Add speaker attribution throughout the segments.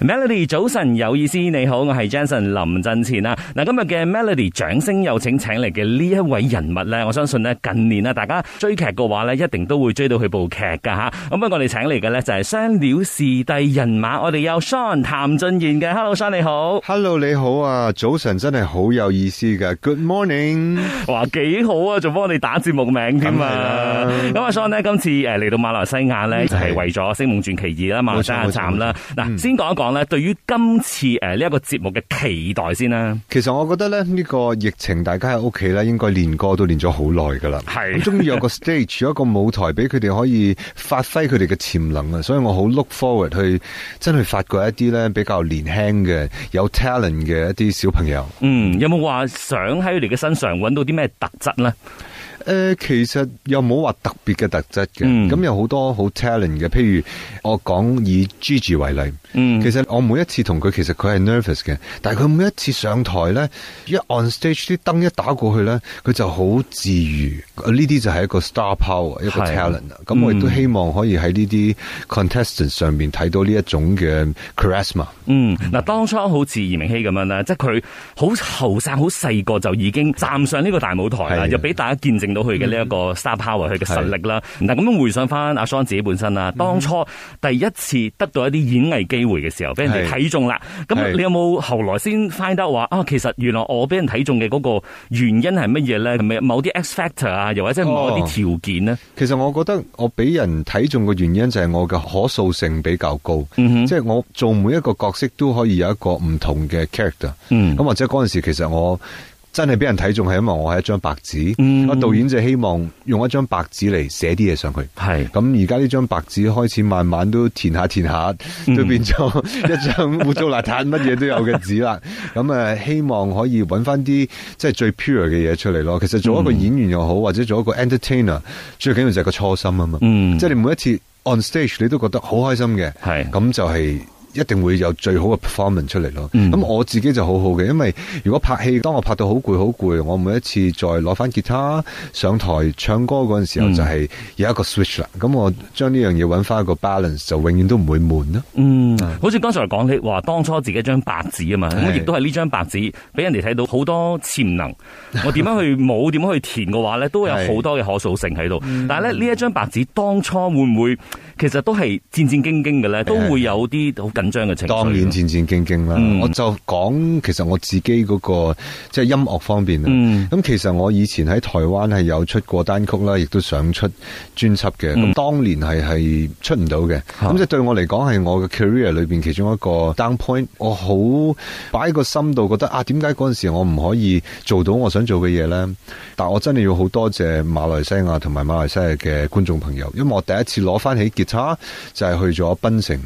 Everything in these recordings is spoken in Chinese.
Speaker 1: Melody 早晨有意思，你好，我係 Jason 林振前啦。嗱，今日嘅 Melody 掌聲有請請嚟嘅呢一位人物咧，我相信咧近年啊，大家追劇嘅話咧，一定都會追到佢部劇噶吓。咁啊，我哋請嚟嘅咧就係雙料視帝人馬，我哋有 Sean 譚俊彥嘅，Hello Sean 你好，
Speaker 2: Hello，你好啊！早晨真係好有意思㗎。Good morning，
Speaker 1: 哇幾好啊，仲幫我哋打節目名添啊
Speaker 2: 梗係！
Speaker 1: 咁啊 Sean 呢，今次誒嚟到馬來西亞咧，就係為咗《星夢傳奇二》啦，馬來西亞站啦。嗱，先講一講咧，對於今次誒呢一個節目嘅期待先啦。
Speaker 2: 其實我覺得咧呢、呢個疫情，大家喺屋企咧應該練歌都練咗好耐噶啦。
Speaker 1: 係
Speaker 2: 咁終於有個 stage，有一個舞台俾佢哋可以發揮佢哋嘅潛能啊！所以我好 look forward 去真係發掘一啲咧比較年輕嘅有 talent 嘅一啲小朋友。
Speaker 1: 嗯，有冇話想喺佢哋嘅身上揾到啲咩特質呢？
Speaker 2: 誒、呃其實又冇話特別嘅特質嘅，
Speaker 1: 嗯
Speaker 2: 咁、有好多好 talent 嘅。譬如我講以 Gigi 為例，
Speaker 1: 嗯
Speaker 2: 其實我每一次同佢，其實佢係 nervous 嘅，但係佢每一次上台呢，一 on stage 啲燈一打過去呢，佢就好自如。呢啲就係一個 star power，一個
Speaker 1: 係
Speaker 2: talent 啊。咁我亦都希望可以喺呢啲 contestant 上面睇到呢一種嘅 charisma。
Speaker 1: 嗯，嗱，當初好似嚴明熙咁樣啦，即係佢好後生、好細個就已經站上呢個大舞台
Speaker 2: 係
Speaker 1: 啦，
Speaker 2: 啊
Speaker 1: 又俾大家見證到佢嘅呢一個 star power，佢嘅實力啦。嗱，咁樣回想翻阿 Son 自己本身啦，當初第一次得到一啲演藝機會嘅時候，俾人哋
Speaker 2: 係
Speaker 1: 睇中啦。咁
Speaker 2: 係
Speaker 1: 你有冇後來先 find out 話啊，其實原來我俾人睇中嘅嗰個原因係乜嘢咧？係咪某啲 X factor 啊，又或者係某一啲條件呢？
Speaker 2: 其實我覺得我俾人睇中嘅原因就係我嘅可塑性比較高，
Speaker 1: 嗯哼
Speaker 2: 即係我做每一個角色都可以有一個唔同嘅 character。
Speaker 1: 嗯
Speaker 2: 咁或者嗰陣時其實我真係俾人睇中係因為我係一張白紙，
Speaker 1: 嗯
Speaker 2: 個導演就希望用一張白紙嚟寫啲嘢上去。
Speaker 1: 係。
Speaker 2: 咁而家呢張白紙開始慢慢都填下填下，
Speaker 1: 嗯
Speaker 2: 都變咗 一張污糟邋遢乜嘢都有嘅紙 啦。咁誒，希望可以揾翻啲即係最 pure 嘅嘢出嚟咯。其實做一個
Speaker 1: 嗯
Speaker 2: 演員又好，或者做一個 entertainer，最緊要就係個初心啊嘛。
Speaker 1: 嗯
Speaker 2: 即係你每一次 on stage 你都覺得好開心嘅，
Speaker 1: 係
Speaker 2: 咁就係一定會有最好嘅 performance 出嚟咯。咁、
Speaker 1: 嗯
Speaker 2: 我自己就好好嘅，因為如果拍戲，當我拍到好攰好攰，我每一次再攞翻吉他上台唱歌嗰陣時候，
Speaker 1: 嗯
Speaker 2: 就係有一個 switch 啦。咁我將呢樣嘢揾翻一個 balance，就永遠都唔會悶咯。
Speaker 1: 嗯，好似剛才講你話當初自己一張白紙啊嘛，咁
Speaker 2: 係
Speaker 1: 亦都係呢張白紙俾人哋睇到好多潛能，我點樣去 冇點樣去填嘅話咧，都有
Speaker 2: 係
Speaker 1: 好多嘅可塑性喺度。但係咧呢一張白紙當初會唔會其實都係戰戰兢兢嘅咧，都會有啲好緊張嘅情緒。
Speaker 2: 當然戰戰兢兢啦，
Speaker 1: 嗯
Speaker 2: 我就講其實我自己嗰、個即係音樂方面啊啦。
Speaker 1: 嗯
Speaker 2: 咁、其實我以前喺台灣係有出過單曲啦，亦都想出專輯嘅。咁、
Speaker 1: 嗯
Speaker 2: 當年係係出唔到嘅，
Speaker 1: 嚇
Speaker 2: 咁即係對我嚟講係我嘅 career 裏邊其中一個 down point。我好擺個心度，覺得啊點解嗰陣時我唔可以做到我想做嘅嘢呢？但我真係要好多謝馬來西亞同埋馬來西亞嘅觀眾朋友，因為我第一次攞翻起吉他就係、去咗檳城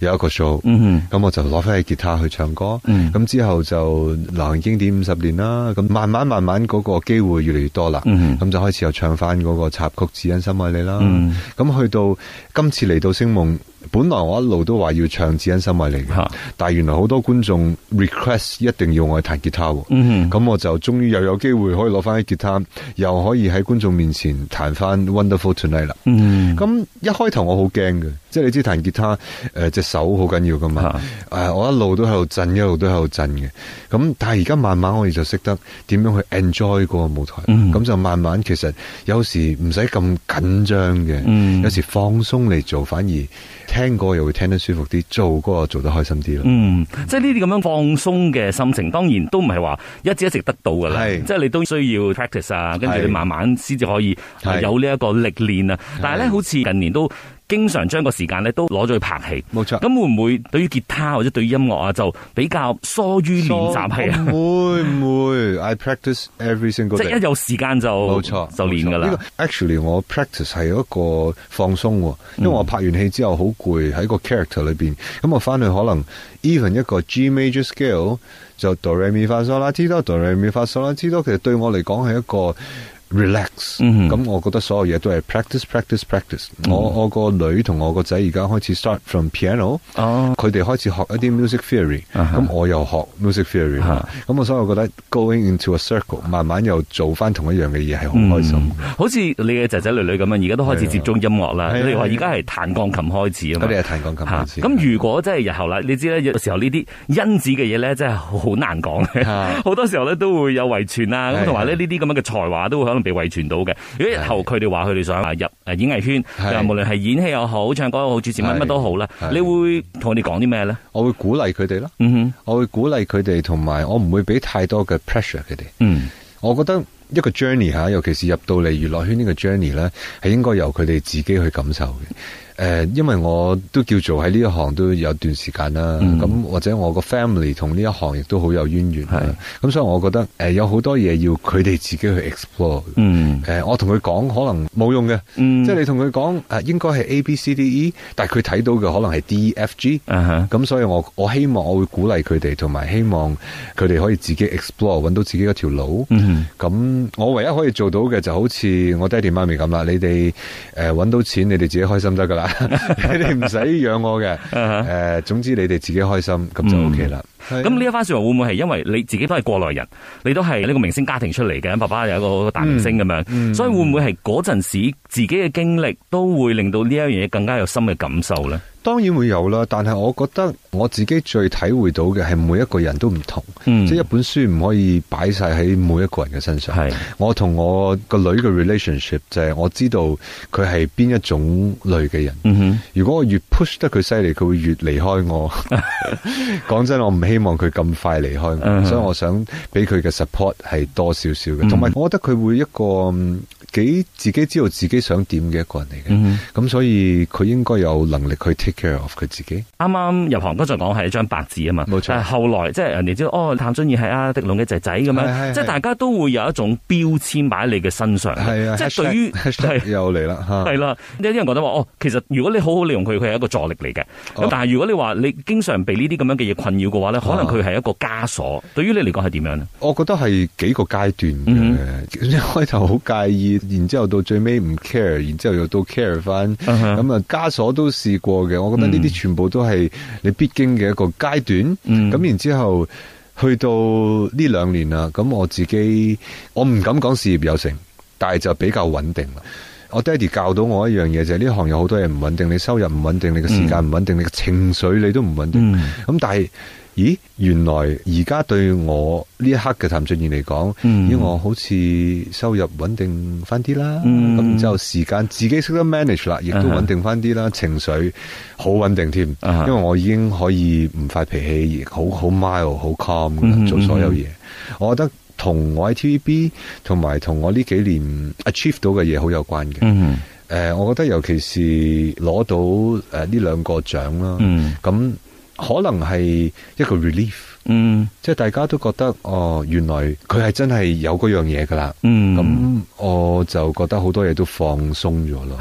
Speaker 2: 有一個 show。
Speaker 1: 嗯
Speaker 2: 咁我就攞翻起吉他去唱歌，咁、
Speaker 1: 嗯
Speaker 2: 之後就流行經典五十年啦，咁慢慢慢慢嗰個機會越嚟越多啦，咁、
Speaker 1: 嗯
Speaker 2: 就開始又唱翻嗰個插曲《只因深愛你》啦，
Speaker 1: 嗯
Speaker 2: 咁、去到今次嚟到星夢，本來我一路都話要唱《只因深愛你》嘅
Speaker 1: 嚇，
Speaker 2: 但係原來好多觀眾 request 一定要我去彈吉他喎。
Speaker 1: 嗯
Speaker 2: 咁我就終於又有機會可以攞翻起吉他，又可以喺觀眾面前彈翻《Wonderful Tonight》啦。
Speaker 1: 嗯
Speaker 2: 咁一開頭我好驚嘅，即係你知彈吉他，誒、隻手好緊要噶嘛，誒、我一路都喺度震，一路都喺度震嘅。咁但係而家慢慢我哋就識得點樣去 enjoy 嗰個舞台，咁、
Speaker 1: 嗯
Speaker 2: 就慢慢其實有時唔使咁緊張嘅，
Speaker 1: 嗯
Speaker 2: 有時放鬆嚟做，反而聽歌又會聽得舒服啲，做歌又做得開心啲咯。
Speaker 1: 嗯，即係呢啲咁樣放鬆嘅心情，當然都唔係話一直一直得到㗎啦，
Speaker 2: 係
Speaker 1: 即係你都需要 practice 啊，跟住你
Speaker 2: 係
Speaker 1: 慢慢先至可以
Speaker 2: 係
Speaker 1: 有呢一個歷練啊。但係咧，
Speaker 2: 係
Speaker 1: 好似近年都經常將個時間咧都攞咗去拍戲，
Speaker 2: 冇錯
Speaker 1: 咁會唔會對於吉他或者對於音樂啊，就比較疏於練習係啊？
Speaker 2: 唔會唔會，I practice every single
Speaker 1: 即
Speaker 2: day
Speaker 1: 係一。有時間就
Speaker 2: 冇錯，
Speaker 1: 就練㗎
Speaker 2: 冇錯
Speaker 1: 啦
Speaker 2: 呢。個 actually 我 practice 係一個放鬆喎，因為我
Speaker 1: 嗯
Speaker 2: 拍完戲之後好攰，喺個 character 裏邊，咁我翻去可能 even 一個 G major scale 就 do re mi fa sol la ti do do re mi fa sol la ti do，其實對我嚟講係一個。 relax，咁、
Speaker 1: 嗯
Speaker 2: 我覺得所有嘢都係 practice practice practice、我我個女同我個仔而家開始 start from piano，
Speaker 1: 哦
Speaker 2: 佢哋、開始學一啲 music theory，咁、
Speaker 1: 啊哈啊
Speaker 2: 我又學 music theory 啦咁、我所以我覺得 going into a circle，慢慢又做翻同一樣嘅嘢係好
Speaker 1: 嗯
Speaker 2: 開心。
Speaker 1: 好似你嘅仔仔女女咁樣，而家都開始接觸音樂啦。
Speaker 2: 係啊
Speaker 1: 你話而
Speaker 2: 係
Speaker 1: 家係彈鋼琴開始啊
Speaker 2: 我哋
Speaker 1: 嘛。
Speaker 2: 係彈鋼琴
Speaker 1: 嚇
Speaker 2: 開始。
Speaker 1: 咁如果真係日後啦，你知咧，有時候呢啲因子嘅嘢咧，真係好難講 嘅。
Speaker 2: 係
Speaker 1: 好多時候咧都會有遺傳啊，咁
Speaker 2: 係
Speaker 1: 同埋咧呢啲咁樣嘅才華都會可能被遺傳到嘅。如果日後佢哋話佢哋想啊入誒演藝圈，
Speaker 2: 係
Speaker 1: 就無論係演戲又好、唱歌又好、主持乜
Speaker 2: 係
Speaker 1: 乜都好啦，
Speaker 2: 係
Speaker 1: 你會同我哋講啲咩咧？
Speaker 2: 我會鼓勵佢哋啦，
Speaker 1: 嗯哼，
Speaker 2: 我會鼓勵佢哋，同埋我唔會俾太多嘅 pressure 佢哋。
Speaker 1: 嗯，
Speaker 2: 我覺得一個 journey 嚇，尤其是入到嚟娛樂圈呢個 journey 咧，係應該由佢哋自己去感受嘅。誒、因為我都叫做喺呢一行都有段時間啦，
Speaker 1: 嗯
Speaker 2: 咁、或者我個 family 同呢一行亦都好有淵源
Speaker 1: 係
Speaker 2: 啦，咁所以我覺得誒、有好多嘢要佢哋自己去 explore 嘅。
Speaker 1: 嗯，
Speaker 2: 誒、我同佢講可能冇用嘅，
Speaker 1: 嗯
Speaker 2: 即係你同佢講誒應該係 A B C D E，但係佢睇到嘅可能係 D E F G，
Speaker 1: 啊哈，
Speaker 2: 咁所以我我希望我會鼓勵佢哋，同埋希望佢哋可以自己 explore 揾到自己嗰條路。
Speaker 1: 嗯
Speaker 2: 咁我唯一可以做到嘅就好似我爹哋媽咪咁啦，你哋誒揾到錢，你哋自己開心得噶啦， 你哋唔使養我嘅。
Speaker 1: 哼，啊
Speaker 2: 誒、
Speaker 1: 哈。
Speaker 2: 總之你哋自己開心咁就
Speaker 1: 嗯
Speaker 2: OK 啦。
Speaker 1: 咁呢一番説話會唔會係因為你自己都係過來人，你都係呢個明星家庭出嚟嘅，爸爸有一個大明星咁樣，
Speaker 2: 嗯
Speaker 1: 所以會唔會係嗰陣時自己嘅經歷都會令到呢一樣嘢更加有深嘅感受咧？
Speaker 2: 當然會有啦，但係我覺得我自己最體會到嘅係每一個人都唔同，
Speaker 1: 嗯
Speaker 2: 即係一本書唔可以擺晒喺每一個人嘅身上。
Speaker 1: 係
Speaker 2: 我同我個女嘅 relationship 就係我知道佢係邊一種類嘅人。
Speaker 1: 嗯哼，
Speaker 2: 如果我越 push 得佢犀利，佢會越離開 我。講真，我唔希望佢咁快離開我
Speaker 1: 嗯
Speaker 2: 所以我想俾佢嘅 support 係多少少
Speaker 1: 嗯
Speaker 2: 嘅。同埋、我覺得佢會一個嗯幾自己知道自己想點嘅一個人嚟嘅。
Speaker 1: 嗯哼。
Speaker 2: 咁所以佢應該有能力去 take care of 佢自己。
Speaker 1: 啱啱入行嗰陣講係一張白紙啊嘛，
Speaker 2: 冇錯
Speaker 1: 但係後來即係人哋知道哦，譚俊彥係阿迪龍嘅仔仔咁
Speaker 2: 係係
Speaker 1: 樣，
Speaker 2: 係
Speaker 1: 即係大家都會有一種標籤擺喺你嘅身上，
Speaker 2: 係
Speaker 1: 呃
Speaker 2: 啊，
Speaker 1: 即係對於
Speaker 2: hashtag- hashtag 又嚟啦嚇。
Speaker 1: 係啦，有啲人覺得話哦，其實如果你好好利用佢，佢係一個助力嚟嘅。咁、
Speaker 2: 哦
Speaker 1: 但係如果你話你經常被呢啲咁樣嘅嘢困擾嘅話咧，可能
Speaker 2: 啊
Speaker 1: 佢係一個枷鎖。對於你嚟講係點樣呢？
Speaker 2: 我覺得係幾個階段嘅，
Speaker 1: 嗯
Speaker 2: 一開頭好介意，然之後到最尾唔 care，然之後又到 care 翻，
Speaker 1: 嗯哼
Speaker 2: 咁啊枷鎖都試過嘅。我覺得呢
Speaker 1: 嗯
Speaker 2: 啲全部都係你必經嘅一個階段。
Speaker 1: 嗯
Speaker 2: 咁然之後去到呢兩年啦，咁我自己我唔敢講事業有成，但係就比較穩定啦。我爹哋教到我一樣嘢就係呢行有好多嘢唔穩定，你收入唔穩定，你嘅時間唔穩定，你嘅情緒你都唔穩定。
Speaker 1: 嗯
Speaker 2: 咁但係，咦，原來而家對我呢一刻嘅譚俊彥嚟講，
Speaker 1: 嗯
Speaker 2: 咦，我好似收入穩定翻啲啦，
Speaker 1: 嗯
Speaker 2: 咁然之後時間自己識得 manage 啦，亦都
Speaker 1: 啊哈
Speaker 2: 穩定翻啲啦，情緒好穩定添，
Speaker 1: 啊哈
Speaker 2: 因為我已經可以唔發脾氣，亦好好 mild 好 calm 㗎啦
Speaker 1: 嗯
Speaker 2: 做所有
Speaker 1: 嗯
Speaker 2: 嘢，我覺得。同我喺 TVB 同埋同我呢幾年 achieve 到嘅嘢好有關嘅。誒、呃
Speaker 1: 嗯
Speaker 2: 我覺得尤其是攞到誒呢兩個獎啦，
Speaker 1: 嗯
Speaker 2: 咁可能係一個 relief，
Speaker 1: 嗯
Speaker 2: 即係大家都覺得哦，原來佢係真係有嗰樣嘢噶啦。
Speaker 1: 嗯，
Speaker 2: 咁、我就覺得好多嘢都放鬆咗咯。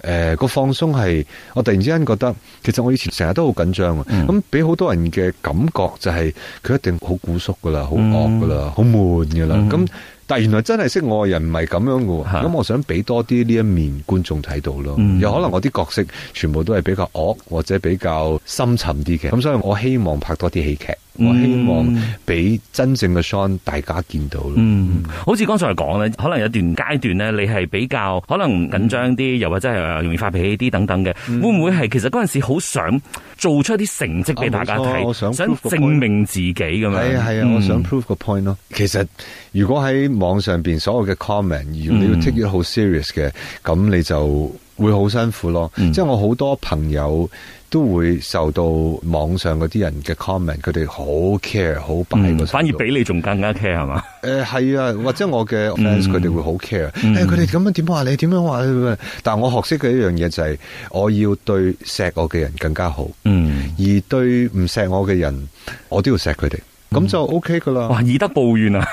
Speaker 2: 誒、
Speaker 1: 係
Speaker 2: 個放鬆係我突然之間覺得，其實我以前成日都好緊張啊。
Speaker 1: 嗯
Speaker 2: 咁俾好多人嘅感覺就係、佢一定好古縮噶啦，好惡噶啦，好悶噶啦。
Speaker 1: 嗯
Speaker 2: 咁、但係原來真係識我嘅人唔係咁樣嘅
Speaker 1: 嚇
Speaker 2: 喎。咁我想俾多啲呢一面觀眾睇到咯。
Speaker 1: 嗯
Speaker 2: 有可能我啲角色全部都係比較惡或者比較深沉啲嘅。咁所以我希望拍多啲喜劇，我希望
Speaker 1: 嗯
Speaker 2: 俾真正嘅 Sean 大家見到咯。
Speaker 1: 嗯，好似剛才講咧，可能有一段階段咧，你係比較可能緊張啲，又或者係呃容易發脾氣啲等等嘅，
Speaker 2: 嗯
Speaker 1: 會唔會係其實嗰陣時好想做出一啲成績俾大家
Speaker 2: 啊冇
Speaker 1: 睇，
Speaker 2: 錯我想 prove 個
Speaker 1: 證明自己咁樣？
Speaker 2: 係啊係啊，
Speaker 1: 嗯
Speaker 2: 我想 prove 個 point 咯。其實如果喺網上邊所有嘅 comment，如果你要
Speaker 1: 嗯
Speaker 2: take it 好 serious 嘅，咁你就會好辛苦咯。
Speaker 1: 嗯
Speaker 2: 即係我好多朋友都會受到網上嗰啲人嘅 comment，佢哋好 care，好擺
Speaker 1: 嗯
Speaker 2: 個心度。
Speaker 1: 反而比你仲更加 care 係嘛？
Speaker 2: 誒係啊，或者我嘅 fans 佢哋會好 care，
Speaker 1: 嗯
Speaker 2: 誒佢哋咁樣點話你點樣話你，但係我學識嘅一樣嘢就係、我要對錫我嘅人更加好，
Speaker 1: 嗯，
Speaker 2: 而對唔錫我嘅嗯人，我都要錫佢哋，咁就 OK 噶啦。
Speaker 1: 哇，以德報怨啊！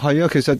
Speaker 2: 係啊，其實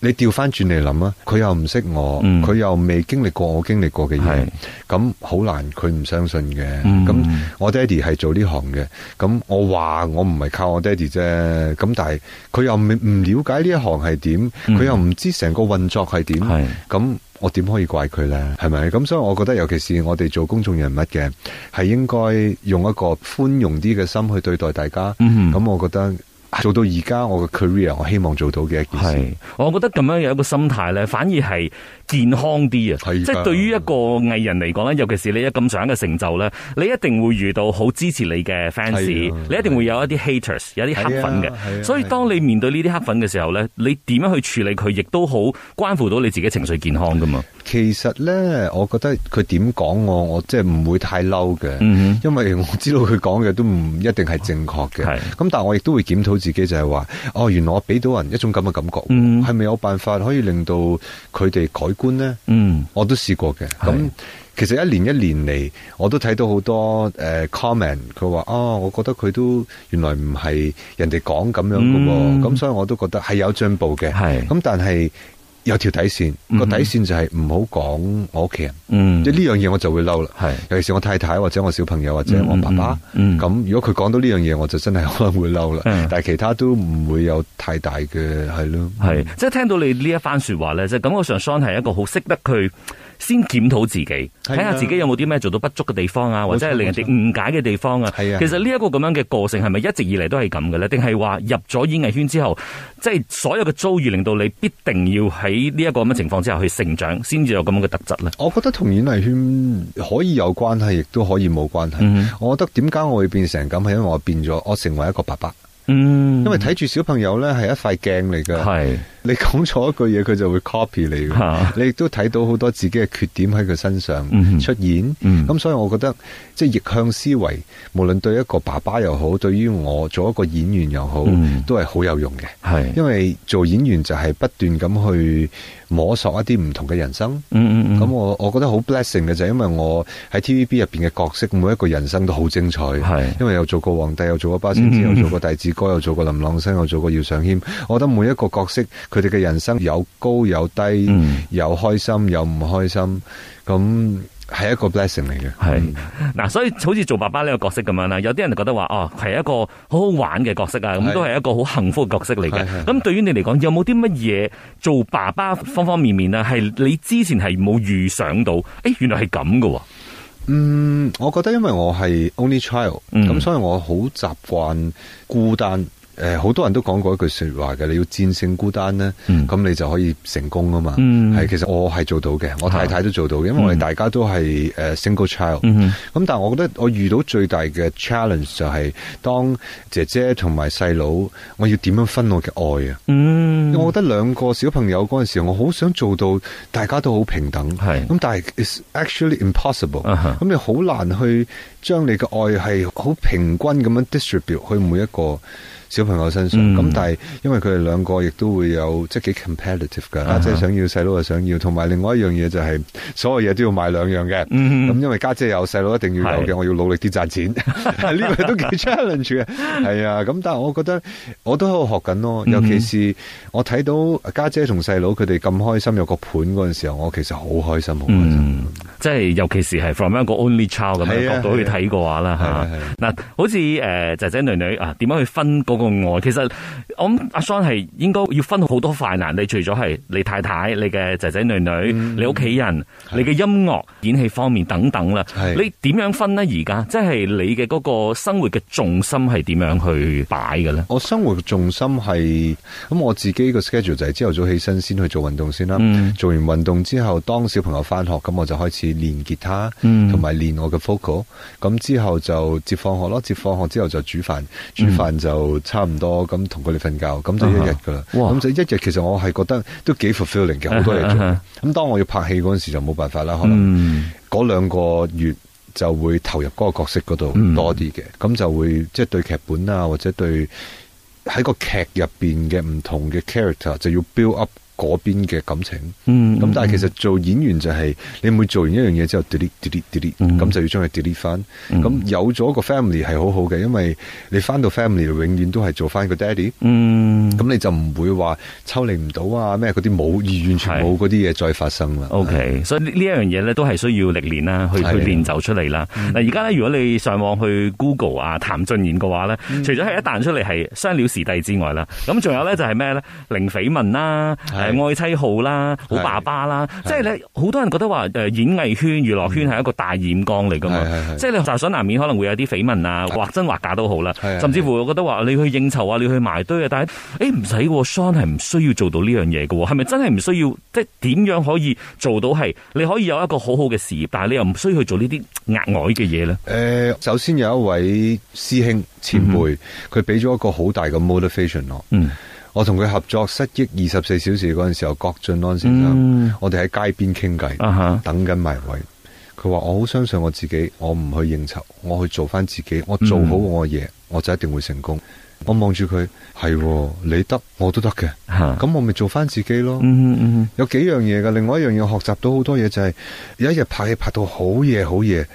Speaker 2: 你調翻轉嚟諗啊，佢又唔識我，
Speaker 1: 嗯
Speaker 2: 佢、又未經歷過我經歷過嘅嘢
Speaker 1: 係，
Speaker 2: 咁好難佢唔相信嘅。
Speaker 1: 嗯
Speaker 2: 咁、我爹哋係做呢行嘅，咁我話我唔係靠我爹哋啫，咁但係佢又未唔了解呢一行係點，佢、
Speaker 1: 嗯
Speaker 2: 又唔知成個運作係點，
Speaker 1: 係
Speaker 2: 咁我點可以怪佢呢？係咪？咁所以我覺得，尤其是我哋做公眾人物嘅，係應該用一個寬容啲嘅心去對待大家。咁、
Speaker 1: 嗯
Speaker 2: 我覺得做到而家我嘅 career，我希望做到嘅一件事。
Speaker 1: 係，我覺得咁樣有一個心態咧，反而係健康啲啊！
Speaker 2: 係㗎
Speaker 1: 即係對於一個藝人嚟講咧，尤其是你有咁上嘅成就咧，你一定會遇到好支持你嘅 fans，
Speaker 2: 係啊
Speaker 1: 你一定會有一啲 haters，有啲黑粉
Speaker 2: 係啊係
Speaker 1: 嘅。
Speaker 2: 啊
Speaker 1: 所以當你面對呢啲黑粉嘅時候咧，你點樣去處理佢，亦都好關乎到你自己情緒健康噶嘛。
Speaker 2: 其實呢，我覺得佢點講我，我即係唔會太嬲嘅。
Speaker 1: 嗯
Speaker 2: 因為我知道佢講嘅都唔一定係正確嘅，
Speaker 1: 係
Speaker 2: 咁但係我亦都會檢討自己，就係話，哦，原來我俾到人一種咁嘅感覺，
Speaker 1: 嗯
Speaker 2: 係咪、有辦法可以令到佢哋改觀呢？
Speaker 1: 嗯，
Speaker 2: 我都試過嘅。
Speaker 1: 係
Speaker 2: 咁其實一年一年嚟，我都睇到好多誒、呃 comment，佢話啊，我覺得佢都原來唔係人哋講咁樣嘅喎，
Speaker 1: 嗯
Speaker 2: 咁、所以我都覺得係有進步嘅。
Speaker 1: 係
Speaker 2: 咁但係有條底線，
Speaker 1: 嗯
Speaker 2: 個底線就係唔好講我屋企人，
Speaker 1: 嗯
Speaker 2: 即係呢樣嘢我就會嬲啦。
Speaker 1: 係
Speaker 2: 尤其是我太太或者我小朋友或者我爸爸，咁、
Speaker 1: 嗯嗯嗯
Speaker 2: 如果佢講到呢樣嘢，我就真係可能會嬲啦。
Speaker 1: 嗯
Speaker 2: 但係其他都唔會有太大嘅係咯。
Speaker 1: 係，即係聽到你呢一番説話咧，即係感覺上 Son 係一個好識得去先檢討自己，睇下
Speaker 2: 啊
Speaker 1: 自己有冇啲咩做到不足嘅地方啊，或者係令人哋誤解嘅地方啊。
Speaker 2: 係啊
Speaker 1: 其實呢一個咁樣嘅個性係咪一直以嚟都係咁嘅咧？定係話入咗演藝圈之後，即係所有嘅遭遇令到你必定要喺呢一個咁嘅情況之下去成長，先至有咁樣嘅特質咧？
Speaker 2: 我覺得同演藝圈可以有關係，亦都可以冇關係。
Speaker 1: 嗯哼
Speaker 2: 我覺得點解我會變成咁，係因為我變咗，我成為一個爸爸。
Speaker 1: 嗯
Speaker 2: 因為睇住小朋友呢係一塊鏡嚟㗎，
Speaker 1: 係
Speaker 2: 你講錯一句嘢，佢就會 copy 你嘅。
Speaker 1: 嚇
Speaker 2: 你亦都睇到好多自己嘅缺點喺佢身上
Speaker 1: 嗯哼
Speaker 2: 出現。
Speaker 1: 嗯
Speaker 2: 咁所以我覺得即係逆向思維，無論對一個爸爸又好，對於我做一個演員又好
Speaker 1: 嗯，
Speaker 2: 都係好有用嘅。
Speaker 1: 係
Speaker 2: 因為做演員就係不斷咁去摸索一啲唔同嘅人生。
Speaker 1: 嗯嗯嗯
Speaker 2: 咁我我覺得好 blessing 嘅就係因為我喺 TVB 入邊嘅角色，每一個人生都好精彩。
Speaker 1: 係嗯
Speaker 2: 因為又做過皇帝，又做過巴仙子，又做過大志哥，又做過林朗生，又做過姚尚軒。我覺得每一個角色，佢哋嘅人生有高有低，
Speaker 1: 嗯
Speaker 2: 有開心有唔開心，咁係一個 blessing 嚟嘅。嗯
Speaker 1: 係嗱，所以好似做爸爸呢個角色咁樣啦，有啲人就覺得話哦，係一個好好玩嘅角色啊，咁
Speaker 2: 係
Speaker 1: 都係一個好幸福嘅角色嚟
Speaker 2: 係
Speaker 1: 嘅。
Speaker 2: 係
Speaker 1: 咁對於你嚟講，有冇啲乜嘢做爸爸方方面面啊，係你之前係冇預想到？誒，原來係咁嘅喎。
Speaker 2: 嗯，我覺得因為我係 only child，咁、
Speaker 1: 嗯
Speaker 2: 所以我好習慣孤單。誒、好多人都講過一句説話嘅，你要戰勝孤單呢，
Speaker 1: 嗯
Speaker 2: 咁、你就可以成功啊嘛。係、
Speaker 1: 嗯啊
Speaker 2: 其實我係做到嘅，我太太都做到嘅，因為我哋大家都係誒、single child。咁、
Speaker 1: 嗯
Speaker 2: 但係我覺得我遇到最大嘅 challenge 就係、當姐姐同埋細佬，我要點樣分我嘅愛啊？
Speaker 1: 嗯
Speaker 2: 我覺得兩個小朋友嗰陣時，我好想做到大家都好平等，
Speaker 1: 係
Speaker 2: 咁，但係 it's actually impossible。
Speaker 1: 啊哈
Speaker 2: 咁你好難去將你嘅愛係好平均咁樣 distribute 去每一個小朋友身上。
Speaker 1: 嗯
Speaker 2: 咁、但係因為佢哋兩個亦都會有即係幾 competitive 㗎
Speaker 1: 啊哈
Speaker 2: 啦，即係想要細佬又想要，同埋另外一樣嘢就係、所有嘢都要買兩樣嘅。
Speaker 1: 嗯
Speaker 2: 咁因為家姐有細佬一定要有
Speaker 1: 係
Speaker 2: 嘅，我要努力啲賺錢， 呢個 都幾 challenge 嘅，係啊。咁但係我覺得我都喺度學緊咯，
Speaker 1: 嗯
Speaker 2: 尤其是我睇到家姐同細佬佢哋咁開心有個伴嗰陣時候，我其實好開心，好開心。
Speaker 1: 嗯，即係尤其是係 from 一個 only child 咁樣
Speaker 2: 係啊
Speaker 1: 角度去睇嘅話啦
Speaker 2: 係啊
Speaker 1: 嚇。嗱，好似誒仔仔女女啊，點樣去分嗰個愛？其實我諗阿 Son 係應該要分好多塊嗱，你除咗係你太太、你嘅仔仔女女、
Speaker 2: 嗯
Speaker 1: 你屋企人、你嘅音樂、演戲方面等等啦，
Speaker 2: 係
Speaker 1: 你點樣分呢？而家即係你嘅嗰個生活嘅重心係點樣去擺嘅咧？
Speaker 2: 我生活嘅重心係咁，我自己個 schedule 就係朝頭早起身先去做運動先啦。
Speaker 1: 嗯
Speaker 2: 做完運動之後，當小朋友翻學，咁我就開始練吉他，
Speaker 1: 嗯
Speaker 2: 同埋練我嘅 vocal。咁之後就接放學咯，接放學之後就煮飯，煮飯就差唔多咁同佢哋瞓覺，咁就一日噶啦。
Speaker 1: 嗯啊哇
Speaker 2: 咁就一日其實我係覺得都幾 fulfilling 嘅，好多嘢做
Speaker 1: 啊
Speaker 2: 嘅。咁當我要拍戲嗰陣時就冇辦法啦，可能。
Speaker 1: 嗯。
Speaker 2: 嗰兩個月就會投入嗰個角色嗰度
Speaker 1: 嗯
Speaker 2: 多啲嘅，咁、就會即係對劇本啊，或者對喺個劇入邊嘅唔同嘅 character 就要 build up 嗰邊嘅感情。
Speaker 1: 嗯，
Speaker 2: 咁但係其實做演員就係你每做完一樣嘢之後 delete delete delete，
Speaker 1: 嗯
Speaker 2: 咁就要將佢 delete 翻。
Speaker 1: 嗯
Speaker 2: 咁有咗個 family 係好好嘅，因為你翻到 family 永遠都係做翻個 daddy。
Speaker 1: 嗯
Speaker 2: 咁你就唔會話抽離唔到啊咩嗰啲冇，而完全冇嗰啲嘢再發生啦。
Speaker 1: O K，所以呢呢一樣嘢咧都係需要歷練啦，去
Speaker 2: 啊係啊嗯
Speaker 1: 去練就出嚟啦。嗱，而家咧如果你上網去 Google 啊譚俊彥嘅話咧，
Speaker 2: 嗯
Speaker 1: 除咗係一彈出嚟係雙料時帝之外啦，咁仲有咧就係咩咧零緋聞啦、
Speaker 2: 係
Speaker 1: 誒愛妻號啦、好
Speaker 2: 係
Speaker 1: 爸爸啦，
Speaker 2: 係嗯
Speaker 1: 即係咧好多人覺得話誒演藝圈、娛樂圈係一個大染缸嚟㗎嘛
Speaker 2: 係啊係，係
Speaker 1: 即係你就想難免可能會有啲緋聞啊，或真或假都好啦
Speaker 2: 係，係
Speaker 1: 甚至乎我覺得話你去應酬啊，你去埋堆啊，但係誒唔使喎，Sean 係唔需要做到呢樣嘢嘅喎，係咪真係唔需要？即係點樣可以做到係你可以有一個好好嘅事業，但係你又唔需要去做呢啲額外嘅嘢咧？
Speaker 2: 诶、呃首先有一位師兄前輩，佢俾咗一個好大嘅 motivation 我。
Speaker 1: 嗯
Speaker 2: 我同佢合作《失憶二十四小時》嗰陣時候，郭晉安先生，
Speaker 1: 嗯
Speaker 2: 我哋喺街邊傾偈，
Speaker 1: 啊哈
Speaker 2: 等緊埋位。佢話：我好相信我自己，我唔去應酬，我去做翻自己，我做
Speaker 1: 嗯
Speaker 2: 好我嘅嘢，我就一定會成功。我望住佢，係喎你得，我都得嘅，
Speaker 1: 嚇
Speaker 2: 咁我咪做翻自己咯。
Speaker 1: 嗯嗯
Speaker 2: 有幾樣嘢嘅，另外一樣嘢學習到好多嘢就係、有一日拍戲拍到好夜好夜，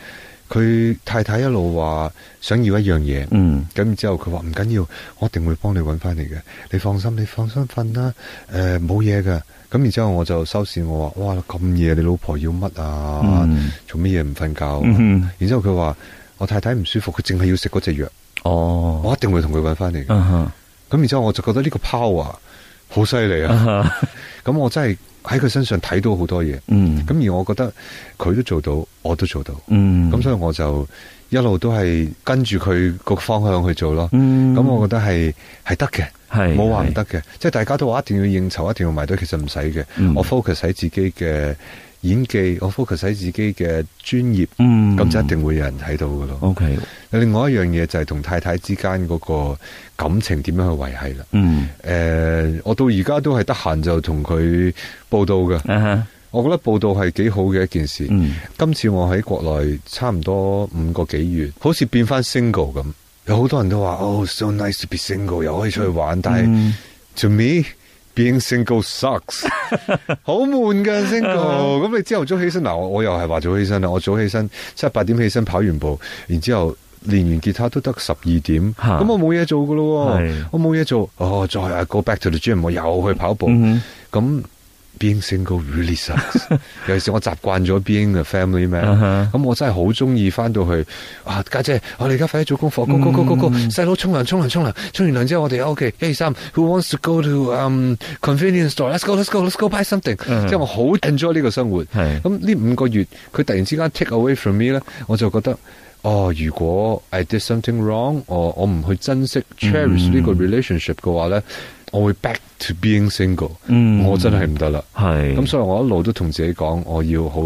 Speaker 2: 佢太太一路話想要一樣嘢，咁、
Speaker 1: 嗯
Speaker 2: 然之後佢話唔緊要，我一定會幫你揾翻你嘅，你放心，你放心瞓啦，誒冇嘢嘅。咁然之後我就收線，我話哇咁夜你老婆要乜啊？
Speaker 1: 嗯
Speaker 2: 做乜嘢唔瞓覺啊？
Speaker 1: 嗯哼
Speaker 2: 然之後佢話我太太唔舒服，佢淨係要食嗰隻藥，
Speaker 1: 哦
Speaker 2: 我一定會同佢揾翻你嘅。
Speaker 1: 啊哈
Speaker 2: 咁然之後我就覺得呢個 power 好犀利
Speaker 1: 啊
Speaker 2: 啊！
Speaker 1: 哈
Speaker 2: 咁我真係喺佢身上睇到好多嘢。
Speaker 1: 嗯
Speaker 2: 咁而我覺得佢都做到，我都做到，咁、
Speaker 1: 嗯
Speaker 2: 所以我就一路都係跟住佢個方向去做咯。咁、
Speaker 1: 嗯
Speaker 2: 我覺得係係得嘅，
Speaker 1: 係
Speaker 2: 冇話唔
Speaker 1: 係
Speaker 2: 得嘅。即係大家都話一定要應酬，一定要埋堆，其實唔使嘅。
Speaker 1: 嗯
Speaker 2: 我 focus 喺自己嘅演技，我 focus 喺自己嘅專業，咁、
Speaker 1: 嗯
Speaker 2: 就一定會有人睇到噶咯。
Speaker 1: O K
Speaker 2: 另外一樣嘢就係同太太之間嗰個感情點樣去維係啦。
Speaker 1: 嗯
Speaker 2: 誒、我到而家都係得閒就同佢報道嘅。
Speaker 1: 啊哈
Speaker 2: 我覺得報道係幾好嘅一件事。
Speaker 1: 嗯
Speaker 2: 今次我喺國內差唔多五個幾月，好似變翻 single 咁。有好多人都話：哦、s o nice to be single，又可以出去玩。但係、
Speaker 1: 嗯
Speaker 2: to me，being single sucks，好悶噶 single。咁你
Speaker 1: 啊
Speaker 2: 朝頭早起身嗱，我我又係話早起身啦。我早起身七八點起身跑完步，然之後練完吉他都得十二點。
Speaker 1: 嚇
Speaker 2: 咁我冇嘢做噶咯
Speaker 1: 係
Speaker 2: 喎，我冇嘢做。哦，再啊 go back to the gym，我又去跑步。
Speaker 1: 嗯
Speaker 2: 咁 being single really sucks。尤其是我習慣咗 being a family
Speaker 1: 啊
Speaker 2: man，
Speaker 1: 哈
Speaker 2: 咁我真係好中意翻到去啊家姐，我哋而家快啲做功課，go go go go go，細佬沖涼沖涼沖涼，沖完涼之後我哋喺屋企一二三，Who wants to go to um convenience store？Let's go let's go let's go buy something。
Speaker 1: 嗯
Speaker 2: 即係我好 enjoy 呢個生活。
Speaker 1: 係
Speaker 2: 咁呢五個月佢突然之間 take away from me 咧，我就覺得。哦，如果 I did something wrong，我哦我唔去珍惜 cherish 呢個 relationship 嘅話咧，我會 back to being single。
Speaker 1: 嗯
Speaker 2: 我真係唔得啦。
Speaker 1: 係
Speaker 2: 咁所以我一路都同自己講，我要好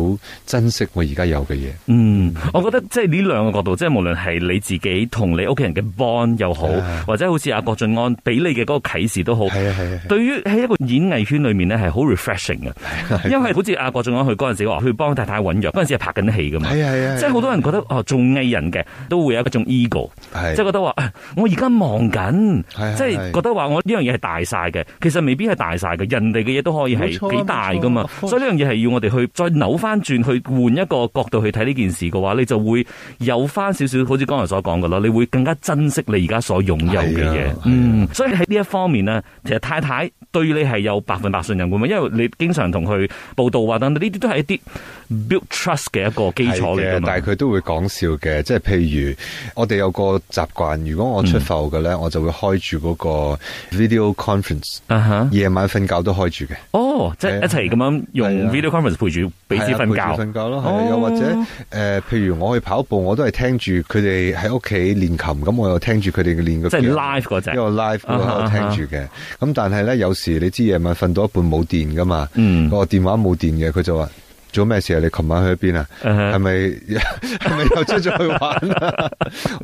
Speaker 2: 珍惜我而家有嘅嘢。
Speaker 1: 嗯，我覺得即係呢兩個角度，即係無論係你自己同你屋企人嘅 bond 又好
Speaker 2: 係啊，
Speaker 1: 或者好似阿郭晉安俾你嘅嗰個啟示都好，
Speaker 2: 係啊係啊係啊
Speaker 1: 對於喺一個演藝圈裏面咧係好 refreshing 嘅，因為好似阿郭晉安佢嗰陣時話去幫太太揾藥，嗰陣時係拍緊戲噶嘛，
Speaker 2: 係啊係啊，
Speaker 1: 即係好多人覺得哦做藝人嘅都會有一種 ego，
Speaker 2: 係
Speaker 1: 即係覺得話啊我而家忙緊，
Speaker 2: 係啊
Speaker 1: 即
Speaker 2: 係啊
Speaker 1: 係覺得話我呢樣嘢係大晒嘅，其實未必係大晒嘅，人哋嘅嘢都可以
Speaker 2: 冇錯
Speaker 1: 係
Speaker 2: 啊
Speaker 1: 幾大噶嘛
Speaker 2: 冇，錯
Speaker 1: 所以呢樣嘢係要我哋去再扭翻轉，去換一個角度去睇呢件事嘅話，你就會有翻少少好似剛才所講嘅啦，你會更加珍惜你而家所擁有嘅
Speaker 2: 係
Speaker 1: 嘢
Speaker 2: 啊係啊。
Speaker 1: 嗯，所以喺呢一方面呢，其實太太對你係有百分百信任嘅嘛，因為你經常同佢報道啊等等，呢啲都係一啲 build trust 嘅一個基礎嚟
Speaker 2: 係
Speaker 1: 㗎
Speaker 2: 嘅，
Speaker 1: 嘛
Speaker 2: 但。係佢都會講笑嘅，即係譬如我哋有個習慣，如果我出埠嘅
Speaker 1: 嗯
Speaker 2: 咧，我就會開住嗰個 video conference，
Speaker 1: 啊哈
Speaker 2: 夜晚瞓覺都開住嘅。
Speaker 1: 哦，即係
Speaker 2: 係
Speaker 1: 一
Speaker 2: 啊
Speaker 1: 齊咁樣用
Speaker 2: 係啊
Speaker 1: video conference 陪住彼此
Speaker 2: 係
Speaker 1: 瞓
Speaker 2: 啊陪住
Speaker 1: 覺。
Speaker 2: 瞓覺咯，係
Speaker 1: 哦
Speaker 2: 啊又或者誒、呃譬如我去跑步，我都係聽住佢哋喺屋企練琴，咁我又聽住佢哋嘅練嘅。
Speaker 1: 即係 live 嗰隻
Speaker 2: 因為 live 嗰個
Speaker 1: 啊哈
Speaker 2: 喺度聽住嘅。咁但係咧，有時你知夜晚瞓到一半冇電噶嘛，
Speaker 1: 嗯
Speaker 2: 個電話冇電嘅，佢就話。做咩事啊？你琴晚去咗邊啊？
Speaker 1: 啊哈
Speaker 2: 係咪 係咪又出咗去玩啊？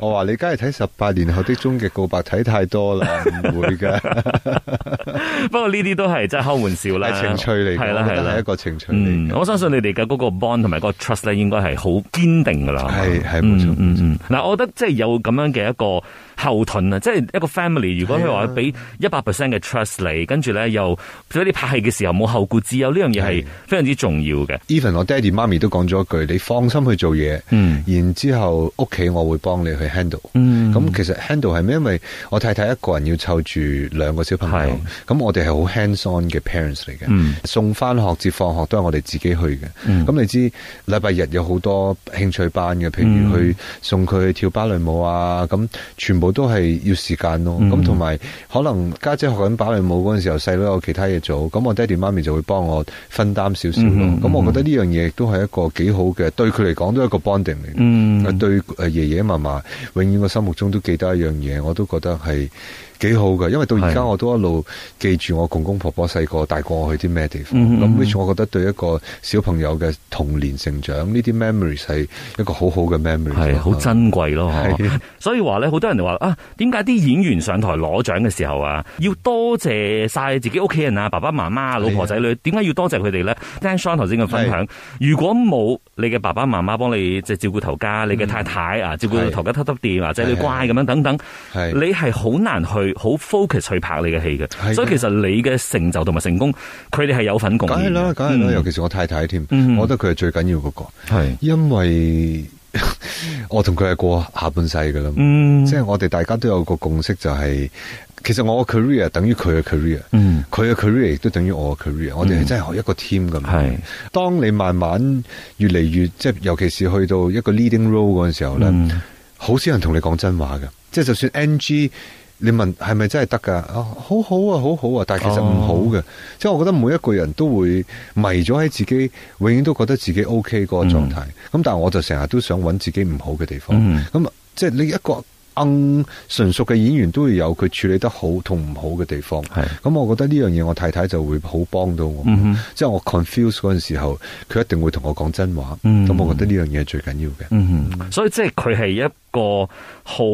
Speaker 2: 我話你梗係睇十八年後的終極告白睇太多啦，唔 會㗎，
Speaker 1: 不過呢啲都係真係開玩笑啦，
Speaker 2: 係情趣
Speaker 1: 係
Speaker 2: 嚟嘅，
Speaker 1: 啦係
Speaker 2: 我覺得係一
Speaker 1: 啦。
Speaker 2: 個情趣嚟
Speaker 1: 嗯，
Speaker 2: 嘅。
Speaker 1: 我相信你哋嘅嗰個 bond 同埋嗰個 trust 咧，應該係好堅定噶啦。
Speaker 2: 係係
Speaker 1: 嗯
Speaker 2: 冇錯
Speaker 1: 嗯嗯。嗱，我覺得即係有咁樣嘅一個後盾啊！即係一個 family，如果佢話
Speaker 2: 係啊
Speaker 1: 俾一百 percent 嘅 trust 你，跟住咧又所以你拍戲嘅時候冇後顧之憂，呢樣嘢係
Speaker 2: 係
Speaker 1: 非常之重要嘅。
Speaker 2: even 我爹哋媽咪都講咗一句：你放心去做嘢，
Speaker 1: 嗯
Speaker 2: 然之後屋企我會幫你去 handle。
Speaker 1: 嗯
Speaker 2: 咁其實 handle 係咩？因為我太太一個人要湊住兩個小朋友，咁我哋係好 hands on 嘅 parents 嚟嘅。
Speaker 1: 嗯
Speaker 2: 送翻學至放學都係我哋自己去嘅。咁、
Speaker 1: 嗯
Speaker 2: 你知禮拜日有好多興趣班嘅，譬
Speaker 1: 嗯
Speaker 2: 如去送佢去跳芭蕾舞啊，咁全部都係要時間咯。
Speaker 1: 嗯
Speaker 2: 咁同埋可能家姐學緊芭蕾舞嗰陣時候，細佬有其他嘢做，咁我爹哋媽咪就會幫我分擔少少咯。
Speaker 1: 嗯
Speaker 2: 咁、我覺得呢樣嘢都係一個幾好嘅，對佢嚟講都係一個 bonding 嚟嘅。
Speaker 1: 嗯
Speaker 2: 啊對誒爺爺嫲嫲，永遠我心目中都記得一樣嘢，我都覺得係幾好嘅，因為到而
Speaker 1: 係
Speaker 2: 家我都一路記住我公公婆婆細個帶過我去啲咩地方。
Speaker 1: 嗯嗯
Speaker 2: 咁
Speaker 1: 嗯
Speaker 2: which 我覺得對一個小朋友嘅童年成長，呢啲 memories 係一個好好嘅啊 memory，
Speaker 1: 係好珍貴 咯，
Speaker 2: 嗯係
Speaker 1: 嗬所以話咧，好多人就話啊，點解啲演員上台攞獎嘅時候啊，要多謝晒自己屋企人啊，爸爸媽媽啊、老婆仔女，點解要多謝佢哋咧？聽 Sean 頭先嘅分享，如果冇你嘅爸爸媽媽幫你即係照顧頭家，你嘅太太啊照顧
Speaker 2: 係
Speaker 1: 頭家耷耷掂啊，仔女
Speaker 2: 嗯係係
Speaker 1: 乖咁樣等等，
Speaker 2: 係
Speaker 1: 你啊係好難去好 focus 去拍你嘅戲嘅。
Speaker 2: 係
Speaker 1: 所以
Speaker 2: 㗎
Speaker 1: 其實你嘅成就同埋成功，佢哋係有份貢獻
Speaker 2: 梗
Speaker 1: 嘅。
Speaker 2: 係啦，梗係啦，
Speaker 1: 嗯
Speaker 2: 尤其是我太太添，
Speaker 1: 嗯
Speaker 2: 我覺得佢係最緊要嗰個，
Speaker 1: 係
Speaker 2: 因為 我同佢係過下半世㗎啦嘛。
Speaker 1: 嗯
Speaker 2: 即係我哋大家都有個共識，就係、其實我嘅 career 等於佢嘅 career，
Speaker 1: 嗯
Speaker 2: 佢嘅 career 亦都等於我嘅 career，我哋係真係一個 team 咁。
Speaker 1: 係
Speaker 2: 當你慢慢越嚟越即係，尤其是去到一個 leading role 嗰陣時候咧，
Speaker 1: 嗯
Speaker 2: 好、少人同你講真話嘅。即係就算 NG，你問係咪真係得㗎？啊，好好啊，好好啊，但係其實
Speaker 1: 哦
Speaker 2: 唔好嘅。即係我覺得每一個人都會迷咗喺自己，永遠都覺得自己 OK 嗰個狀態。咁、但係我就成日都想揾自己唔好嘅地方。
Speaker 1: 嗯
Speaker 2: 咁即係你一個硬純熟嘅演員都會有佢處理得好同唔好嘅地方。
Speaker 1: 係
Speaker 2: 咁我覺得呢樣嘢我太太就會好幫到我。
Speaker 1: 嗯哼
Speaker 2: 即係我 confuse 嗰陣時候，佢一定會同我講真話。咁、
Speaker 1: 嗯
Speaker 2: 我覺得呢樣嘢係最緊要嘅。
Speaker 1: 嗯，所以即係佢係一個好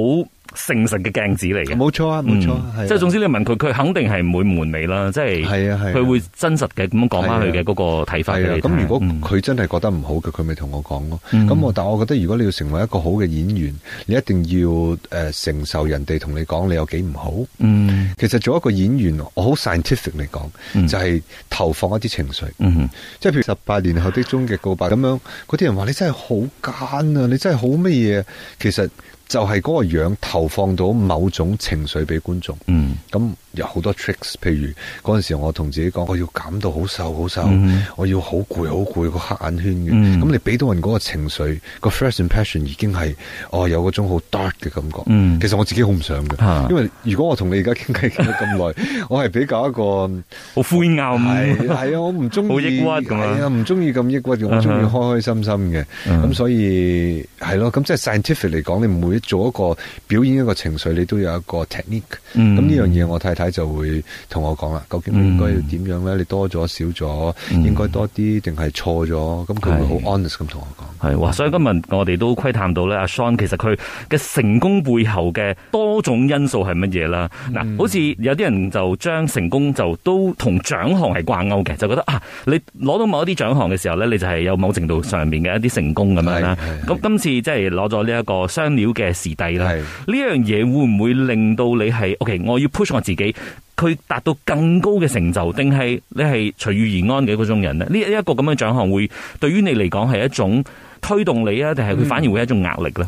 Speaker 1: 誠實嘅鏡子嚟嘅。
Speaker 2: 冇錯啊，冇錯啊，係
Speaker 1: 嗯即係
Speaker 2: 係
Speaker 1: 總之你問佢，佢肯定係唔會瞞你啦。即係
Speaker 2: 係啊係啊
Speaker 1: 佢會真實嘅咁樣講翻佢
Speaker 2: 係
Speaker 1: 嘅
Speaker 2: 啊
Speaker 1: 嗰個睇法
Speaker 2: 係
Speaker 1: 俾
Speaker 2: 啊，
Speaker 1: 你聽。
Speaker 2: 咁如果
Speaker 1: 嗯
Speaker 2: 佢真係覺得唔好嘅，佢咪同我講咯。
Speaker 1: 嗯
Speaker 2: 咁我但我覺得如果你要成為一個好嘅演員，你一定要誒、呃承受人哋同你講你有幾唔好。
Speaker 1: 嗯
Speaker 2: 其實做一個演員，我好 scientific 嚟講，
Speaker 1: 嗯
Speaker 2: 就係投放一啲情緒。
Speaker 1: 嗯
Speaker 2: 即係譬如十八年後的終極告白咁樣，嗰啲人話你真係好奸啊，你真係好乜嘢？其實就係嗰個樣投放到某種情緒俾觀眾。
Speaker 1: 嗯
Speaker 2: 咁有好多 tricks，譬如嗰陣時我同自己講，我要減到好瘦好瘦，
Speaker 1: 嗯
Speaker 2: 我要好攰好攰個黑眼圈嘅。
Speaker 1: 嗯
Speaker 2: 咁、你俾到人嗰個情緒，個 first impression 已經係哦有嗰種好 dark 嘅感覺。
Speaker 1: 嗯
Speaker 2: 其實我自己好唔想
Speaker 1: 啊
Speaker 2: 嘅，因為如果我同你而家傾偈傾咗咁 耐，我係比較一個。
Speaker 1: 好灰暗。
Speaker 2: 系系啊，我唔中意
Speaker 1: 好抑鬱咁啊
Speaker 2: 係啊，唔中意咁抑鬱嘅，我中意
Speaker 1: 嗯哼
Speaker 2: 開開心心嘅。
Speaker 1: 嗯
Speaker 2: 咁所以係咯，咁即係 scientific 嚟講，你每做一個表演一個情緒，你都有一個 technique。咁
Speaker 1: 嗯
Speaker 2: 呢樣嘢我太太就會同我講啦，究竟你應該要點樣咧？你多咗少咗，應該多啲定係錯咗？咁佢會
Speaker 1: 嗯係
Speaker 2: 好 honest 咁同我講。
Speaker 1: 係哇，所以今日我哋都窺探到咧，阿 Sean 其實佢嘅成功背後嘅多種因素係乜嘢啦？嗱、好似有啲人就將成功就都同獎項係掛鈎嘅，就覺得啊，你攞到某一啲獎項嘅時候咧，你就係有某程度上面嘅一啲成功咁樣啦
Speaker 2: 係係。
Speaker 1: 咁今次即係攞咗呢一個雙料嘅視帝啦，
Speaker 2: 係
Speaker 1: 呢樣嘢會唔會令到你係 OK？我要 push 我自己。佢達到更高嘅成就，定係你係隨遇而安嘅嗰種人呢？呢一個咁嘅獎項會對於你嚟講係一種推動你啊，定係佢反而會係一種壓力咧？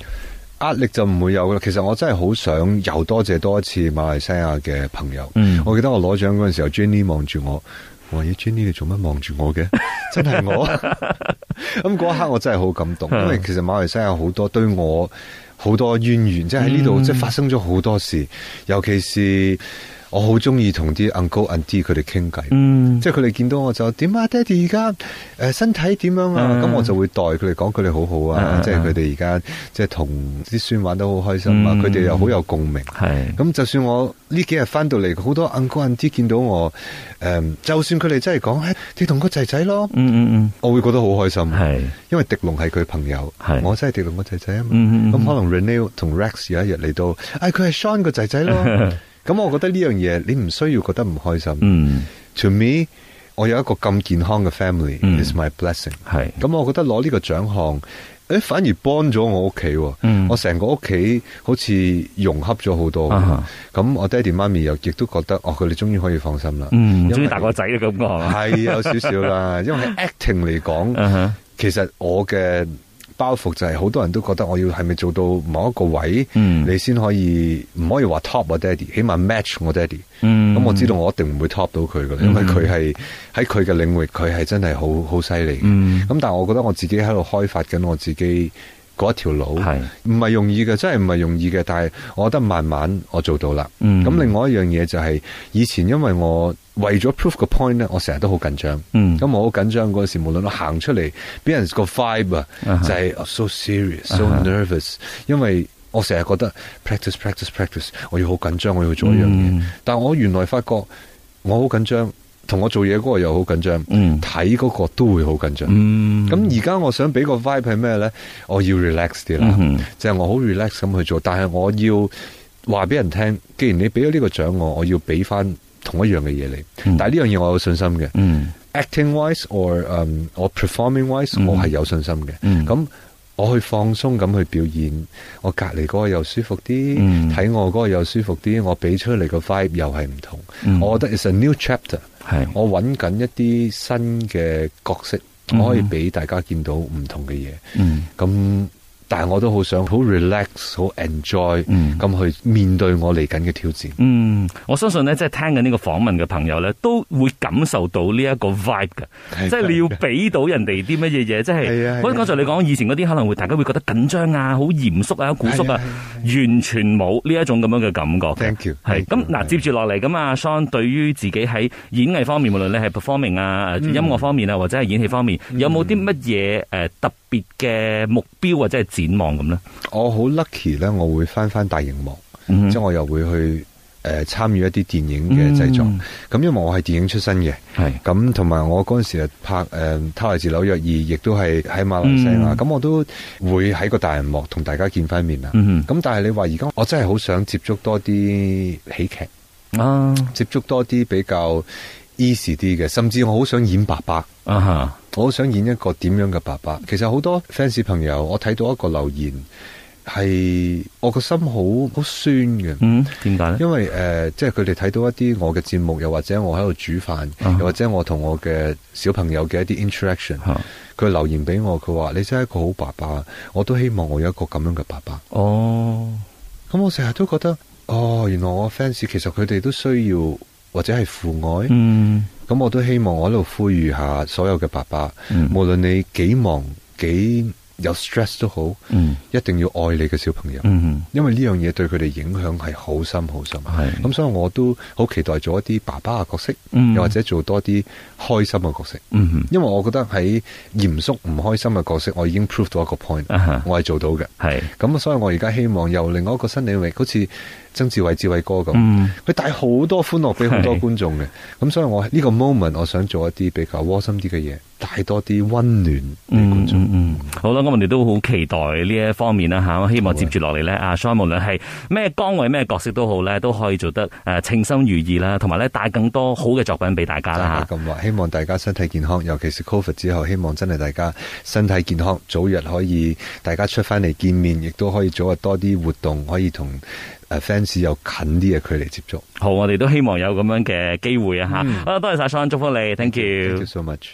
Speaker 2: 壓力就唔會有啦。其實我真係好想又多謝多一次馬來西亞嘅朋友。
Speaker 1: 嗯
Speaker 2: 我記得我攞獎嗰陣時候，Jenny 望住我，我話：咦，Jenny 你做乜望住 我嘅？真係我。咁嗰一刻我真係好感
Speaker 1: 嗯
Speaker 2: 動，因為其實馬來西亞好多對我好多淵源，即係喺呢
Speaker 1: 嗯
Speaker 2: 度即係發生咗好多事，尤其是我好中意同啲 uncle auntie 佢哋傾偈。
Speaker 1: 嗯，
Speaker 2: 即係佢哋見到我就點啊，爹哋而家誒身體點樣啊？
Speaker 1: 嗯
Speaker 2: 咁、我就會代佢哋講佢哋好好
Speaker 1: 嗯
Speaker 2: 啊，
Speaker 1: 嗯
Speaker 2: 即係佢哋而家即係同啲孫玩得好開心啊，
Speaker 1: 嗯
Speaker 2: 佢哋又好有共鳴。
Speaker 1: 係
Speaker 2: 咁就算我呢幾日翻到嚟，好多 uncle auntie 見到我，誒、就算佢哋真係講，哎你同個仔仔咯，
Speaker 1: 嗯嗯
Speaker 2: 我會覺得好開心
Speaker 1: 嗯，，係
Speaker 2: 因為迪龍係佢朋友
Speaker 1: 係，
Speaker 2: 我真係迪龍個仔仔啊嘛。
Speaker 1: 嗯嗯嗯
Speaker 2: 咁可能 Rene 同 Rex 有一日嚟到，哎佢係 Sean 個仔 仔咯，咁我覺得呢樣嘢你唔需要覺得唔開心。
Speaker 1: 嗯
Speaker 2: To me，我有一個咁健康嘅 family、
Speaker 1: 嗯
Speaker 2: is my blessing。
Speaker 1: 係
Speaker 2: 咁我覺得攞呢個獎項誒反而幫咗我屋企喎，
Speaker 1: 嗯
Speaker 2: 我成個屋企好似融洽咗好多喎。
Speaker 1: 啊哈
Speaker 2: 咁、我爹哋媽咪又亦都覺得，哦，佢哋終於可以放心啦。
Speaker 1: 嗯，
Speaker 2: 因為
Speaker 1: 中意大個仔嘅感覺係嘛？
Speaker 2: 係有少少 啦，因為喺 acting 嚟講，
Speaker 1: 嗯哼
Speaker 2: 其實我嘅包袱就係好多人都覺得我要係咪做到某一個位，
Speaker 1: 嗯
Speaker 2: 你先可以唔可以話 top 我爹哋，起碼 match 我爹哋。
Speaker 1: 嗯
Speaker 2: 咁我知道我一定唔會 top 到佢噶啦，因為佢係喺佢嘅領域，佢係真係好好犀利嘅。咁、
Speaker 1: 嗯
Speaker 2: 但係我覺得我自己喺度開發緊我自己嗰一條路，
Speaker 1: 係
Speaker 2: 唔係容易嘅，真係唔係容易嘅。但係我覺得慢慢我做到啦。咁、
Speaker 1: 嗯
Speaker 2: 另外一樣嘢就係、以前因為我為咗 proof 個 point 咧，我成日都好緊張。
Speaker 1: 嗯
Speaker 2: 咁我好緊張嗰時，無論我行出嚟，俾人個 vibe 啊，
Speaker 1: 啊哈
Speaker 2: 就係 so serious、so
Speaker 1: 啊哈
Speaker 2: nervous，因為我成日覺得 practice、practice、practice，我要好緊張，我要做一樣嘢。
Speaker 1: 嗯
Speaker 2: 但我原來發覺我好緊張，同我做嘢嗰個又好緊張，
Speaker 1: 嗯
Speaker 2: 睇嗰個都會好緊張。
Speaker 1: 嗯
Speaker 2: 咁而家我想俾個 vibe 係咩呢？我要 relax 啲啦，
Speaker 1: 嗯哼
Speaker 2: 就係我好 relax 咁去做，但係我要話俾人聽，既然你俾咗呢個獎我，我要俾翻同一樣嘅嘢你。
Speaker 1: 嗯
Speaker 2: 但係呢樣嘢我有信心嘅。
Speaker 1: 嗯
Speaker 2: acting wise or 嗯我 performing wise，、
Speaker 1: 嗯
Speaker 2: 我係有信心嘅。
Speaker 1: 嗯
Speaker 2: 咁我去放鬆咁去表演，我隔離嗰個又舒服啲，
Speaker 1: 嗯
Speaker 2: 睇、我嗰個又舒服啲，我俾出嚟個 vibe 又係唔同。
Speaker 1: 嗯
Speaker 2: 我覺得 it's a new chapter。
Speaker 1: 係
Speaker 2: 我揾緊一啲新嘅角色，
Speaker 1: 嗯
Speaker 2: 我可以俾大家見到唔同嘅嘢。
Speaker 1: 嗯
Speaker 2: 咁但係我都好想好 relax、好 enjoy 咁、
Speaker 1: 嗯
Speaker 2: 去面對我嚟緊嘅挑戰。
Speaker 1: 嗯，我相信咧，即係聽緊呢個訪問嘅朋友咧，都會感受到呢一個 vibe 嘅，
Speaker 2: 係
Speaker 1: 即係你要俾到人哋啲乜嘢嘢，即
Speaker 2: 係
Speaker 1: 係
Speaker 2: 啊
Speaker 1: 好似
Speaker 2: 係啊
Speaker 1: 剛才你講以前嗰啲可能會大家會覺得緊張啊、好嚴肅啊、好古縮
Speaker 2: 係
Speaker 1: 啊
Speaker 2: 啊係啊，
Speaker 1: 完全冇呢一種咁樣嘅感覺嘅。
Speaker 2: Thank you，
Speaker 1: 係
Speaker 2: thank you，
Speaker 1: 咁嗱，
Speaker 2: 係
Speaker 1: 接住落嚟咁啊，Sean 對於自己喺演藝方面，無論你係 performing
Speaker 2: 嗯
Speaker 1: 啊、音樂方面啊，或者係演戲方面，有冇啲乜嘢誒特別嘅目標或者係展望咁咧？
Speaker 2: 我好 lucky 咧，我會翻翻大熒幕，
Speaker 1: 嗯
Speaker 2: 即係我又會去誒、呃、參與一啲電影嘅製作。咁
Speaker 1: 嗯、
Speaker 2: 因為我係電影出身嘅，
Speaker 1: 係
Speaker 2: 咁同埋我嗰陣時係拍誒《他來自紐約二》，亦都係喺馬來西亞。
Speaker 1: 嗯
Speaker 2: 咁、我都會喺個大銀幕同大家見翻面啦。啊
Speaker 1: 嗯
Speaker 2: 咁但係你話而家我真係好想接觸多啲喜劇，
Speaker 1: 哼啊
Speaker 2: 接觸多啲比較 easy 啲嘅，甚至我好想演爸爸，
Speaker 1: 啊哈
Speaker 2: 我好想演一個點樣嘅爸爸。其實好多 fans 朋友，我睇到一個留言係我個心好好酸嘅。
Speaker 1: 嗯點解咧？
Speaker 2: 因為誒、呃即係佢哋睇到一啲我嘅節目，又或者我喺度煮飯
Speaker 1: 啊
Speaker 2: 又或者我同我嘅小朋友嘅一啲 interaction，
Speaker 1: 嚇
Speaker 2: 佢留言俾我，佢話：你真係一個好爸爸，我都希望我有一個咁樣嘅爸爸。
Speaker 1: 哦，
Speaker 2: 咁我成日都覺得，哦，原來我 fans 其實佢哋都需要或者係父愛，咁、
Speaker 1: 嗯
Speaker 2: 我都希望我喺度呼籲下所有嘅爸爸，
Speaker 1: 嗯
Speaker 2: 無論你幾忙幾有 stress 都好，
Speaker 1: 嗯
Speaker 2: 一定要愛你嘅小朋友，
Speaker 1: 嗯
Speaker 2: 因為呢樣嘢對佢哋影響係好深好深。
Speaker 1: 係
Speaker 2: 咁所以我都好期待做一啲爸爸嘅角色，
Speaker 1: 嗯
Speaker 2: 又或者做多啲開心嘅角色。
Speaker 1: 嗯
Speaker 2: 因為我覺得喺嚴肅唔開心嘅角色，我已經 prove 到一個 point，
Speaker 1: 啊哈
Speaker 2: 嗯我係做到嘅。
Speaker 1: 係
Speaker 2: 咁所以我而家希望由另外一個新領域，好似曾志偉志偉哥咁，
Speaker 1: 嗯
Speaker 2: 佢帶好多歡樂俾好多
Speaker 1: 係
Speaker 2: 觀眾嘅。咁所以我呢個 moment，我想做一啲比較窩心啲嘅嘢，帶多啲温暖俾
Speaker 1: 嗯
Speaker 2: 觀眾。
Speaker 1: 嗯嗯，好啦，咁我哋都好期待呢一方面啦吓，我希望接住落嚟咧，阿 Sean 無論係咩崗位、咩角色都好咧，都可以做得誒稱心如意啦，同埋咧帶更多好嘅作品俾大家
Speaker 2: 大
Speaker 1: 啦
Speaker 2: 家咁話，希望大家身體健康，尤其是 Covid 之後，希望真係大家身體健康，早日可以大家出翻嚟見面，亦都可以早日多啲活動，可以同誒 fans 有近啲嘅距離接觸。
Speaker 1: 吓。好，我哋都希望有咁樣嘅機會啊吓。好啦，多謝晒 Sean，祝福你，thank you
Speaker 2: Thank you。so much.